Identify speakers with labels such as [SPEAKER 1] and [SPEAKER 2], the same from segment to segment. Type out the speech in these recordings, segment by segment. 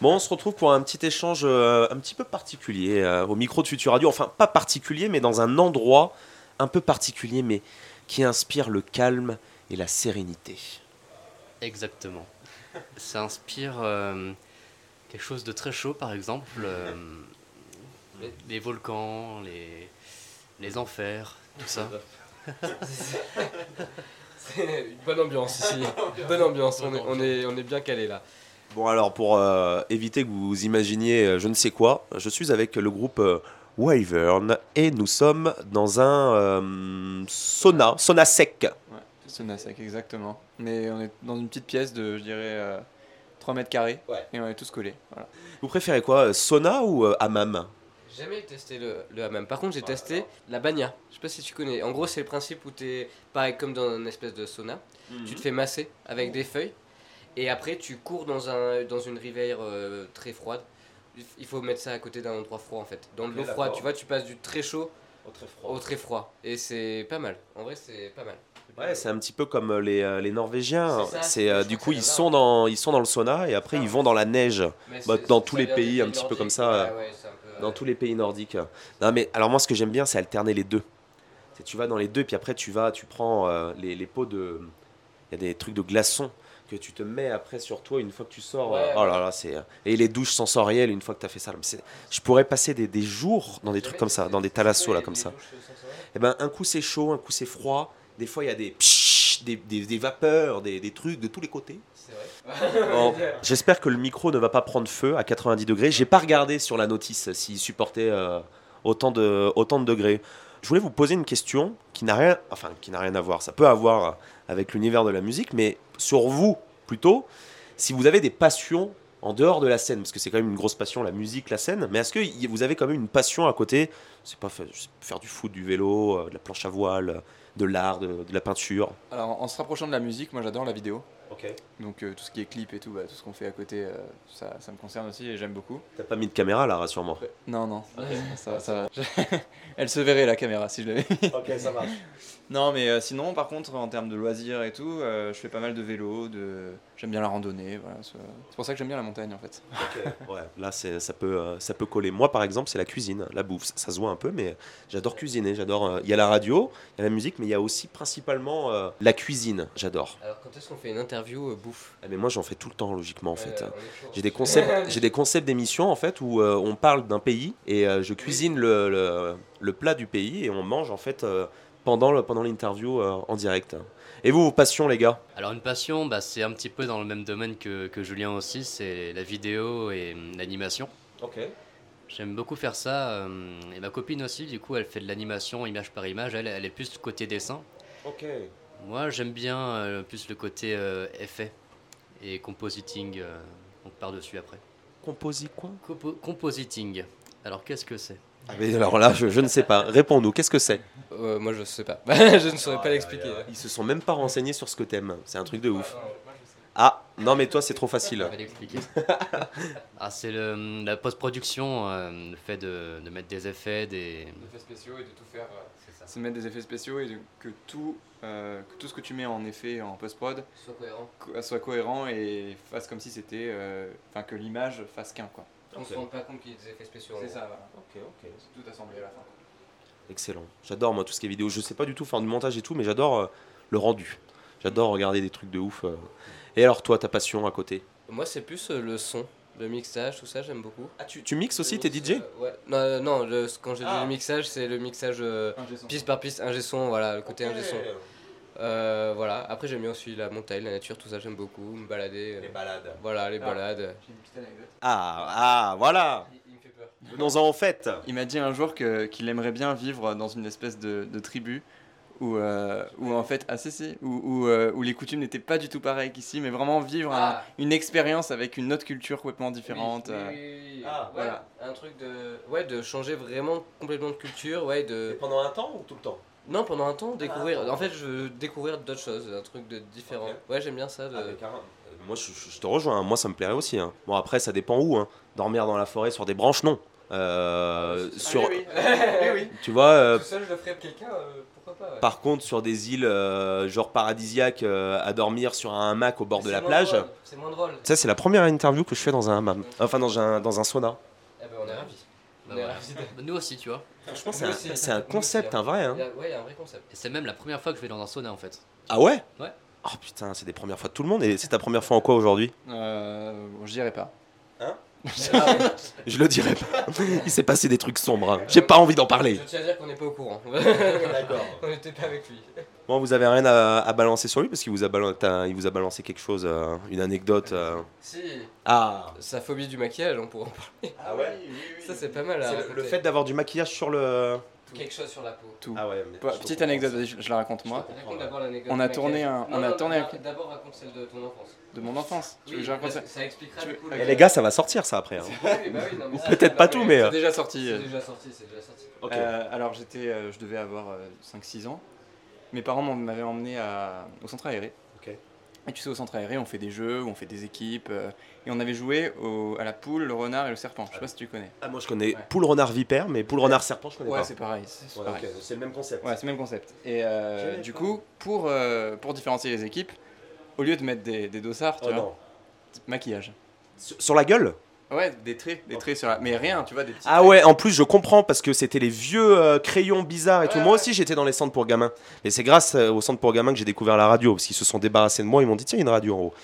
[SPEAKER 1] Bon, on se retrouve pour un petit échange euh, un petit peu particulier euh, au micro de Futur Radio. Enfin, pas particulier, mais dans un endroit un peu particulier, mais qui inspire le calme et la sérénité.
[SPEAKER 2] Exactement. Ça inspire euh, quelque chose de très chaud, par exemple, euh, les, les volcans, les, les enfers, tout ça.
[SPEAKER 3] C'est une bonne ambiance ici. Bonne ambiance, on est, on est, on est bien calé là.
[SPEAKER 1] Bon, alors, pour euh, éviter que vous imaginiez euh, je ne sais quoi, je suis avec le groupe euh, Wyvern et nous sommes dans un euh, sauna, sauna sec.
[SPEAKER 4] Ouais, c'est Nasdaq, exactement. Mais on est dans une petite pièce de, je dirais, euh, 3 mètres carrés.
[SPEAKER 1] Ouais.
[SPEAKER 4] Et on est tous collés. Voilà.
[SPEAKER 1] Vous préférez quoi, euh, sauna ou euh, hammam
[SPEAKER 3] J'ai jamais testé le, le hammam. Par contre, j'ai testé la bagna. Je sais pas si tu connais. En gros, c'est le principe où t'es pareil comme dans une espèce de sauna.
[SPEAKER 1] Mhm.
[SPEAKER 3] Tu te fais masser
[SPEAKER 1] Oh.
[SPEAKER 3] avec des feuilles et après tu cours dans, un, dans une rivière euh, très froide. Il faut mettre ça à côté d'un endroit froid en fait. Dans de
[SPEAKER 1] Ok,
[SPEAKER 3] l'eau
[SPEAKER 1] d'accord.
[SPEAKER 3] froide, tu vois, tu passes du très chaud au très froid. Et c'est pas mal. En vrai, c'est pas mal.
[SPEAKER 1] Ouais, c'est un petit peu comme euh, les, euh, les Norvégiens.
[SPEAKER 3] C'est ça,
[SPEAKER 1] C'est euh,
[SPEAKER 3] je
[SPEAKER 1] du
[SPEAKER 3] crois
[SPEAKER 1] coup
[SPEAKER 3] que
[SPEAKER 1] ils
[SPEAKER 3] c'est
[SPEAKER 1] sont dans ils sont dans le sauna et après
[SPEAKER 3] ça.
[SPEAKER 1] ils vont dans la neige.
[SPEAKER 3] Mais
[SPEAKER 1] Bah,
[SPEAKER 3] c'est-
[SPEAKER 1] dans
[SPEAKER 3] ça
[SPEAKER 1] tous les
[SPEAKER 3] vient des
[SPEAKER 1] pays, un petit peu
[SPEAKER 3] nordiques.
[SPEAKER 1] comme ça,
[SPEAKER 3] Ouais, ouais, c'est un peu,
[SPEAKER 1] dans
[SPEAKER 3] euh,
[SPEAKER 1] tous les pays nordiques. Non, mais alors moi, ce que j'aime bien, c'est alterner les deux. C'est tu vas dans les deux, puis après tu vas, tu prends euh, les, les pots de, il y a des trucs de glaçons que tu te mets après sur toi une fois que tu sors. euh,
[SPEAKER 3] Ouais,
[SPEAKER 1] oh là là, c'est et les douches sensorielles une fois que t'as fait ça. mais c'est- Je pourrais passer des, des jours dans des trucs comme ça, dans des thalassos là comme ça. Et ben un coup c'est chaud, un coup c'est froid. Des fois il y a des pshhh, des, des- des vapeurs, des, des trucs de tous les côtés.
[SPEAKER 3] C'est vrai.
[SPEAKER 1] Bon, j'espère que le micro ne va pas prendre feu à 90 degrés. J'ai pas regardé sur la notice s'il supportait euh, autant, de, autant de degrés. Je voulais vous poser une question qui n'a rien, enfin, qui n'a rien à voir. Ça peut avoir euh, avec l'univers de la musique, mais sur vous plutôt, si vous avez des passions en dehors de la scène, parce que c'est quand même une grosse passion la musique, la scène. Mais est-ce que y- vous avez quand même une passion à côté C'est pas fa- je sais pas, faire du foot, du vélo, euh, de la planche à voile, euh, de l'art, de, de la peinture.
[SPEAKER 4] Alors, en en se rapprochant de la musique, moi j'adore la vidéo.
[SPEAKER 1] Ok.
[SPEAKER 4] Donc, euh, tout ce qui est clip et tout, bah, tout ce qu'on fait à côté, euh, ça, ça me concerne aussi et j'aime beaucoup.
[SPEAKER 1] T'as pas mis de caméra là, rassure-moi.
[SPEAKER 4] Non, non, ça, ça va. Elle se verrait la caméra si je l'avais.
[SPEAKER 1] Ok, ça marche.
[SPEAKER 4] Non, mais euh, sinon, par contre, en termes de loisirs et tout, euh, je fais pas mal de vélo, de... j'aime bien la randonnée. Voilà, c'est c'est pour ça que j'aime bien la montagne en fait.
[SPEAKER 1] euh, Ouais, là, c'est- ça peut, euh, ça peut coller. Moi, par exemple, c'est la cuisine, la bouffe. Ça, ça se voit un peu, mais j'adore cuisiner. J'adore. euh, Il y a la radio, il y a la musique, mais il y a aussi principalement euh, la cuisine. J'adore.
[SPEAKER 3] Alors quand est-ce qu'on fait une interview euh, bouffe
[SPEAKER 1] Ah, Mais moi, j'en fais tout le temps, logiquement, en fait. euh,
[SPEAKER 3] Ouais, on est chaud.
[SPEAKER 1] J'ai des concepts, j'ai des concepts d'émissions en fait où euh, on parle d'un pays et euh, je cuisine le, le, le plat du pays et on mange en fait euh, pendant le, pendant l'interview euh, en direct. Et vous, vos passions, les gars
[SPEAKER 2] Alors une passion, bah, c'est un petit peu dans le même domaine que, que Julien aussi, c'est la vidéo et hum, l'animation.
[SPEAKER 1] Ok.
[SPEAKER 2] J'aime beaucoup faire ça. euh, et ma copine aussi, du coup, elle fait de l'animation image par image. Elle, elle est plus du côté dessin.
[SPEAKER 1] Ok.
[SPEAKER 2] Moi, j'aime bien euh, plus le côté euh, effet et compositing. euh, donc par-dessus après.
[SPEAKER 1] Composi quoi
[SPEAKER 2] Compo- compositing. Alors qu'est-ce que c'est
[SPEAKER 1] Ah, mais Alors là, je, je ne sais pas. Réponds-nous. Qu'est-ce que c'est
[SPEAKER 3] Euh, moi je sais pas. je ne
[SPEAKER 1] Ah,
[SPEAKER 3] saurais pas l'expliquer.
[SPEAKER 1] Euh, Ils se sont même pas renseignés sur ce que t'aimes. C'est un truc de ouf. Ah, non, mais toi, c'est trop facile.
[SPEAKER 2] On va l'expliquer. ah, c'est le- la post-production, euh, le fait de, de mettre des effets, des...
[SPEAKER 4] effets spéciaux et de tout faire.
[SPEAKER 3] euh,
[SPEAKER 4] C'est mettre des effets spéciaux et de- que, tout, euh, que tout ce que tu mets en effet en post-prod
[SPEAKER 3] Sois cohérent.
[SPEAKER 4] co- soit cohérent et fasse comme si c'était. euh, Enfin, que l'image fasse qu'un quoi.
[SPEAKER 3] On se rend pas compte qu'il y a des effets spéciaux. en gros.
[SPEAKER 4] voilà. C'est tout assemblé à la fin.
[SPEAKER 1] Excellent. J'adore, moi, tout ce qui est vidéo. Je sais pas du tout faire du montage et tout, mais j'adore euh, le rendu. J'adore regarder des trucs de ouf. euh. Et alors, toi, ta passion à côté
[SPEAKER 3] Moi c'est plus euh, le son, le mixage, tout ça j'aime beaucoup.
[SPEAKER 1] ah, tu, tu mixes aussi,
[SPEAKER 3] Le
[SPEAKER 1] t'es
[SPEAKER 3] mix,
[SPEAKER 1] DJ
[SPEAKER 3] euh, Ouais. Non, euh, non le- quand j'ai
[SPEAKER 1] Ah.
[SPEAKER 3] dit le mixage, c'est le mixage euh, piste par piste, ingé son, voilà, le côté ingé son. Euh, voilà, après j'aime bien aussi la montagne, la nature, tout ça j'aime beaucoup, me balader. euh,
[SPEAKER 1] balades.
[SPEAKER 3] Voilà, les
[SPEAKER 4] Ah.
[SPEAKER 3] balades.
[SPEAKER 4] J'ai une petite anecdote.
[SPEAKER 1] Ah, ah, voilà
[SPEAKER 3] Il, me fait peur.
[SPEAKER 1] Venons-en en fait
[SPEAKER 4] Il m'a dit un jour que- qu'il aimerait bien vivre dans une espèce de, de tribu où, euh, où en fait, ah si si, où, où, euh, où les coutumes n'étaient pas du tout pareilles qu'ici, mais vraiment vivre un-
[SPEAKER 3] Ah.
[SPEAKER 4] une expérience avec une autre culture complètement différente. euh.
[SPEAKER 1] Ah,
[SPEAKER 3] ouais,
[SPEAKER 4] voilà.
[SPEAKER 3] Un truc de. Ouais, de changer vraiment complètement de culture, ouais, de.
[SPEAKER 1] Pendant un temps ou tout le temps
[SPEAKER 3] Non, pendant un temps, découvrir. En fait, je veux découvrir d'autres choses, un truc de différent.
[SPEAKER 1] Ok.
[SPEAKER 3] Ouais, j'aime bien ça. De...
[SPEAKER 1] Euh, Moi, je, je- je te rejoins. hein. Moi, ça me plairait aussi. hein. Bon, après, ça dépend où. hein. Dormir dans la forêt sur des branches, non. Euh, sur,
[SPEAKER 4] Ah, oui, oui. Oui, oui.
[SPEAKER 1] tu vois, euh,
[SPEAKER 3] seul, je le ferais quelqu'un, pourquoi pourquoi pas. ouais.
[SPEAKER 1] Par contre, sur des îles euh, genre paradisiaques euh, à dormir sur un hamac au bord de
[SPEAKER 3] C'est
[SPEAKER 1] la
[SPEAKER 3] moins
[SPEAKER 1] plage,
[SPEAKER 3] drôle, C'est moins drôle.
[SPEAKER 1] ça c'est la première interview que je fais dans un hammam, enfin dans un, dans un sauna.
[SPEAKER 3] Eh ben, on est ravis.
[SPEAKER 2] Bah
[SPEAKER 3] On est
[SPEAKER 2] voilà.
[SPEAKER 3] ravis.
[SPEAKER 2] Nous aussi, tu vois.
[SPEAKER 1] Franchement,
[SPEAKER 3] c'est un- Merci.
[SPEAKER 1] c'est un concept, un vrai. hein.
[SPEAKER 3] Il y a- Ouais, il y a un vrai concept.
[SPEAKER 2] Et c'est même la première fois que je vais dans un sauna en fait.
[SPEAKER 1] Ah ouais
[SPEAKER 2] Ouais.
[SPEAKER 1] Oh putain, c'est des premières fois de tout le monde et c'est ta première fois en quoi aujourd'hui
[SPEAKER 4] Euh, bon, je dirais pas.
[SPEAKER 1] Je le dirai pas. Il s'est passé des trucs sombres. hein. J'ai pas envie d'en parler.
[SPEAKER 3] Je tiens à dire qu'on n'est pas au courant.
[SPEAKER 1] D'accord.
[SPEAKER 3] on n'était pas avec lui.
[SPEAKER 1] Bon, vous avez rien à, à balancer sur lui parce qu'il vous a balancé, il vous a balancé quelque chose, euh, une anecdote. euh.
[SPEAKER 3] Si,
[SPEAKER 1] Ah.
[SPEAKER 3] sa phobie du maquillage, on pourra en parler.
[SPEAKER 1] Ah ouais.
[SPEAKER 3] Ça, c'est pas mal à
[SPEAKER 1] le, le
[SPEAKER 3] raconter.
[SPEAKER 1] fait d'avoir du maquillage sur le.
[SPEAKER 3] Quelque chose sur la peau.
[SPEAKER 1] Ah ouais. mais
[SPEAKER 4] Pe-
[SPEAKER 1] je
[SPEAKER 4] Petite
[SPEAKER 1] comprends.
[SPEAKER 4] anecdote, vas-y, je, je la raconte moi,
[SPEAKER 3] Je te raconte d'abord l'anecdote
[SPEAKER 4] On a
[SPEAKER 3] du
[SPEAKER 4] tourné
[SPEAKER 3] maquillage.
[SPEAKER 4] un- on
[SPEAKER 3] Non,
[SPEAKER 4] a
[SPEAKER 3] non,
[SPEAKER 4] tourné
[SPEAKER 3] d'abord-
[SPEAKER 4] un-
[SPEAKER 3] D'abord, raconte celle de ton enfance.
[SPEAKER 4] de mon enfance. Tu veux que je
[SPEAKER 3] Oui,
[SPEAKER 4] raconte
[SPEAKER 3] parce
[SPEAKER 4] ça
[SPEAKER 3] que ça expliquera
[SPEAKER 4] Tu
[SPEAKER 3] du
[SPEAKER 4] veux-
[SPEAKER 3] coup
[SPEAKER 4] Et
[SPEAKER 1] Et
[SPEAKER 3] le-
[SPEAKER 1] les gars, ça va sortir ça après. hein.
[SPEAKER 3] Oui, bah oui, non, mais ça,
[SPEAKER 1] peut-être
[SPEAKER 3] ça
[SPEAKER 1] pas
[SPEAKER 3] va
[SPEAKER 1] tout,
[SPEAKER 3] aller.
[SPEAKER 1] mais,
[SPEAKER 4] C'est
[SPEAKER 1] euh,
[SPEAKER 4] déjà sorti.
[SPEAKER 3] C'est
[SPEAKER 4] euh.
[SPEAKER 3] déjà sorti, c'est déjà sorti.
[SPEAKER 1] Ok.
[SPEAKER 4] Euh, alors j'étais, euh, je devais avoir euh, 5-6 ans. Mes parents m'en- m'avaient emmené à- au centre aéré.
[SPEAKER 1] Ok.
[SPEAKER 4] Et tu sais, au centre aéré, on fait des jeux, on fait des équipes. euh, et on avait joué au- à la poule, le renard et le serpent. Je sais pas si tu connais.
[SPEAKER 1] Ah, moi je connais
[SPEAKER 4] Ouais.
[SPEAKER 1] poule renard vipère, mais poule renard serpent, je connais
[SPEAKER 4] Ouais,
[SPEAKER 1] pas.
[SPEAKER 4] c'est pareil. C'est c'est
[SPEAKER 1] Ouais,
[SPEAKER 4] pareil.
[SPEAKER 1] ok, c'est le même concept.
[SPEAKER 4] Ouais, c'est le même concept. Et euh,
[SPEAKER 3] J'avais
[SPEAKER 4] du
[SPEAKER 3] pas.
[SPEAKER 4] coup, pour, euh, pour différencier les équipes, au lieu de mettre des, des dossards, tu
[SPEAKER 1] Oh
[SPEAKER 4] vois,
[SPEAKER 1] non.
[SPEAKER 4] maquillage.
[SPEAKER 1] Sur, sur la gueule
[SPEAKER 4] Ouais, des traits, des traits sur la. Mais rien, tu vois, des petits.
[SPEAKER 1] Ah ouais, en plus je comprends parce que c'était les vieux euh, crayons bizarres et tout.
[SPEAKER 4] Ouais,
[SPEAKER 1] Moi
[SPEAKER 4] ouais.
[SPEAKER 1] aussi j'étais dans les centres pour gamins. Et c'est grâce euh, au centre pour gamins que j'ai découvert la radio parce qu'ils se sont débarrassés de moi. Ils m'ont dit tiens, il y a une radio en haut.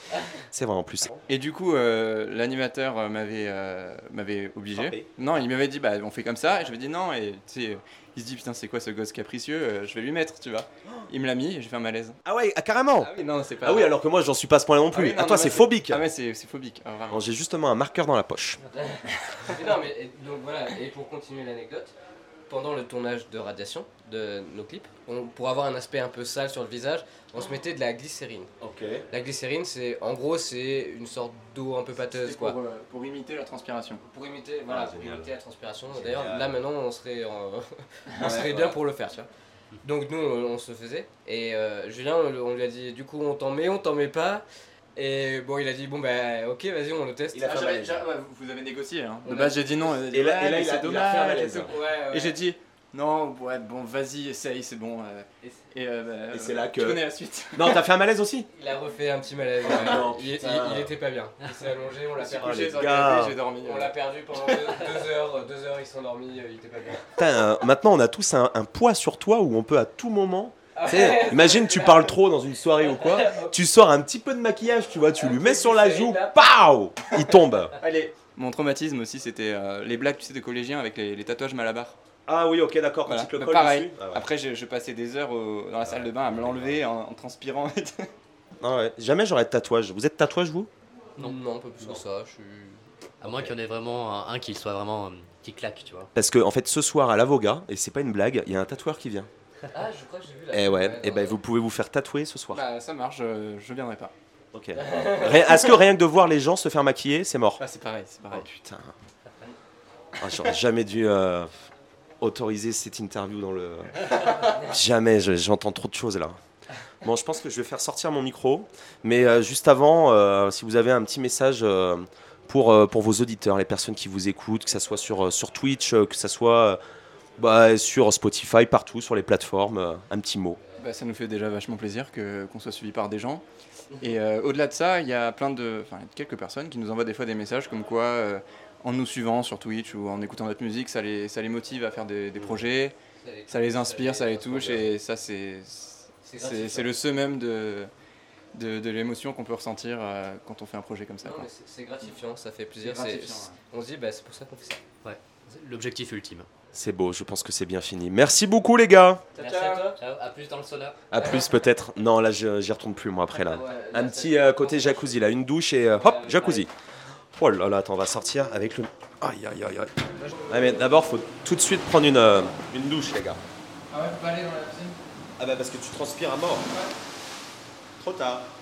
[SPEAKER 1] C'est vrai en plus.
[SPEAKER 4] Et du coup, euh, l'animateur euh, m'avait euh, m'avait obligé.
[SPEAKER 1] Frappé.
[SPEAKER 4] Non, il m'avait dit, bah, on fait comme ça. Et je lui ai dit non. Et tu sais, euh, il se dit, putain, c'est quoi ce gosse capricieux Euh, Je vais lui mettre, tu vois. Il me l'a mis et j'ai fait un malaise.
[SPEAKER 1] Ah ouais, ah, carrément
[SPEAKER 4] Ah oui, non, c'est pas.
[SPEAKER 1] Ah oui, alors que moi j'en suis pas à ce point là non plus.
[SPEAKER 4] Ah oui, non,
[SPEAKER 1] à toi
[SPEAKER 4] non,
[SPEAKER 1] c'est
[SPEAKER 4] mais-
[SPEAKER 1] phobique.
[SPEAKER 4] Ah, mais c'est c'est phobique, ah, vraiment.
[SPEAKER 1] Alors, J'ai justement un marqueur dans la poche.
[SPEAKER 3] Mais non, mais et donc voilà, et pour continuer l'anecdote, pendant le tournage de Radiation de nos clips, on- pour avoir un aspect un peu sale sur le visage, on se mettait de la glycérine.
[SPEAKER 1] Ok.
[SPEAKER 3] La glycérine, c'est en gros, c'est une sorte d'eau un peu pâteuse, quoi.
[SPEAKER 4] Pour, euh, pour imiter la transpiration.
[SPEAKER 3] Pour imiter, voilà,
[SPEAKER 1] Ah,
[SPEAKER 3] pour
[SPEAKER 1] génial.
[SPEAKER 3] imiter la transpiration.
[SPEAKER 1] Génial.
[SPEAKER 3] D'ailleurs, là maintenant, on serait, en- on
[SPEAKER 4] Ouais,
[SPEAKER 3] serait bien pour le faire, tu vois. Donc nous, on, on se faisait. Et euh, Julien, on, on lui a dit, du coup, on t'en met, on t'en met pas. Et bon, il a dit, bon, bah, ok, vas-y, on le teste. Ah,
[SPEAKER 1] Il a
[SPEAKER 4] Ah,
[SPEAKER 1] fait un malaise.
[SPEAKER 4] vous avez négocié. Hein.
[SPEAKER 3] On
[SPEAKER 4] De
[SPEAKER 3] a-
[SPEAKER 4] base, j'ai dit non.
[SPEAKER 1] Et là- et là, il a-
[SPEAKER 4] c'est
[SPEAKER 1] il a fait un malaise.
[SPEAKER 4] dommage. et tout.
[SPEAKER 3] Ouais, ouais.
[SPEAKER 4] Et j'ai dit non, ouais, bon, vas-y, essaye, c'est bon. euh,
[SPEAKER 3] Et-
[SPEAKER 4] et euh, bah,
[SPEAKER 1] Et
[SPEAKER 4] euh,
[SPEAKER 1] c'est là que-
[SPEAKER 4] Tu connais la suite.
[SPEAKER 1] Non, t'as fait un malaise aussi
[SPEAKER 3] Il a refait un petit malaise.
[SPEAKER 1] Ah non,
[SPEAKER 3] il, il-
[SPEAKER 1] putain.
[SPEAKER 3] il était pas bien. Il s'est allongé, on l'a
[SPEAKER 1] Oh,
[SPEAKER 3] perdu.
[SPEAKER 1] les
[SPEAKER 4] J'ai dormi,
[SPEAKER 1] gars.
[SPEAKER 4] j'ai dormi. euh.
[SPEAKER 3] On l'a perdu pendant deux, deux heures. Deux heures, il s'est endormi, euh, il était pas bien.
[SPEAKER 1] Putain, euh, maintenant on a tous un, un poids sur toi où on peut à tout moment.
[SPEAKER 3] Ah
[SPEAKER 1] tu sais, imagine tu parles trop dans une soirée ou quoi, tu sors un petit peu de maquillage, tu vois, tu lui mets sur la joue, pow, il tombe.
[SPEAKER 4] Allez. Mon traumatisme aussi, c'était euh, les blagues, tu sais, de collégiens avec les, les tatouages malabar.
[SPEAKER 1] Ah oui, ok, d'accord,
[SPEAKER 4] Voilà.
[SPEAKER 1] quand il te le
[SPEAKER 4] Bah,
[SPEAKER 1] colle
[SPEAKER 4] pareil.
[SPEAKER 1] dessus. Ah ouais.
[SPEAKER 4] Après, je, je passais des heures au- dans la salle
[SPEAKER 1] ouais.
[SPEAKER 4] de bain à me l'enlever en, en transpirant. et tout.
[SPEAKER 1] Ah ouais, Jamais j'aurais de tatouage. Vous êtes tatouage vous
[SPEAKER 3] Non, non, un peu plus que ça. Je suis.
[SPEAKER 2] À moins qu'il y en ait vraiment un, un qui soit vraiment. euh, qui claque, tu vois.
[SPEAKER 1] Parce que en fait ce soir à l'avocat, et c'est pas une blague, il y a un tatoueur qui vient.
[SPEAKER 3] Ah, je crois que j'ai vu la.
[SPEAKER 1] Eh ouais, et
[SPEAKER 3] non,
[SPEAKER 1] ben
[SPEAKER 3] non.
[SPEAKER 1] vous pouvez vous faire tatouer ce soir.
[SPEAKER 4] bah, ça marche, je, je viendrai pas.
[SPEAKER 1] Ok. Rien- Est-ce que rien que de voir les gens se faire maquiller, c'est mort
[SPEAKER 4] Ah, c'est pareil, c'est
[SPEAKER 1] Oh
[SPEAKER 4] pareil.
[SPEAKER 1] putain. Ah, J'aurais jamais dû euh, autoriser cette interview dans le. jamais, je- j'entends trop de choses là. Bon, je pense que je vais faire sortir mon micro. Mais euh, juste avant, euh, si vous avez un petit message euh, pour, euh, pour vos auditeurs, les personnes qui vous écoutent, que ce soit sur, euh, sur Twitch, euh, que ce soit euh, bah, sur Spotify, partout, sur les plateformes, euh, un petit mot.
[SPEAKER 4] Bah, ça nous fait déjà vachement plaisir que- qu'on soit suivi par des gens. Et euh, au-delà de ça, il y a plein de, enfin, quelques personnes qui nous envoient des fois des messages comme quoi, euh, en nous suivant sur Twitch ou en écoutant notre musique, ça les, ça les motive à faire des, des projets, Mhm. ça les inspire, ça les touche, et ça, c'est c'est- c'est le seu même de, de, de l'émotion qu'on peut ressentir euh, quand on fait un projet comme ça.
[SPEAKER 3] Non,
[SPEAKER 4] quoi.
[SPEAKER 3] mais c'est c'est gratifiant, ça fait plaisir. c'est- On se dit, bah, c'est pour ça qu'on fait ça.
[SPEAKER 2] L'objectif ultime.
[SPEAKER 1] C'est beau, je pense que c'est bien fini. Merci beaucoup, les gars.
[SPEAKER 3] Merci à toi.
[SPEAKER 2] Ciao, à plus dans le sauna.
[SPEAKER 1] À plus, peut-être. Non, là, je- j'y retourne plus, moi, après là.
[SPEAKER 3] Ouais,
[SPEAKER 1] Un
[SPEAKER 3] là,
[SPEAKER 1] petit
[SPEAKER 3] ça-
[SPEAKER 1] euh, côté jacuzzi là, une douche et euh, hop,
[SPEAKER 3] Ouais,
[SPEAKER 1] jacuzzi. Oh là là, attends, on va sortir avec le. Aïe aïe aïe aïe. Ouais, mais d'abord, faut tout de suite prendre une, euh, une douche, les gars.
[SPEAKER 4] Ah ouais, pas aller dans la piscine
[SPEAKER 1] Ah bah parce que tu transpires à mort. Trop tard.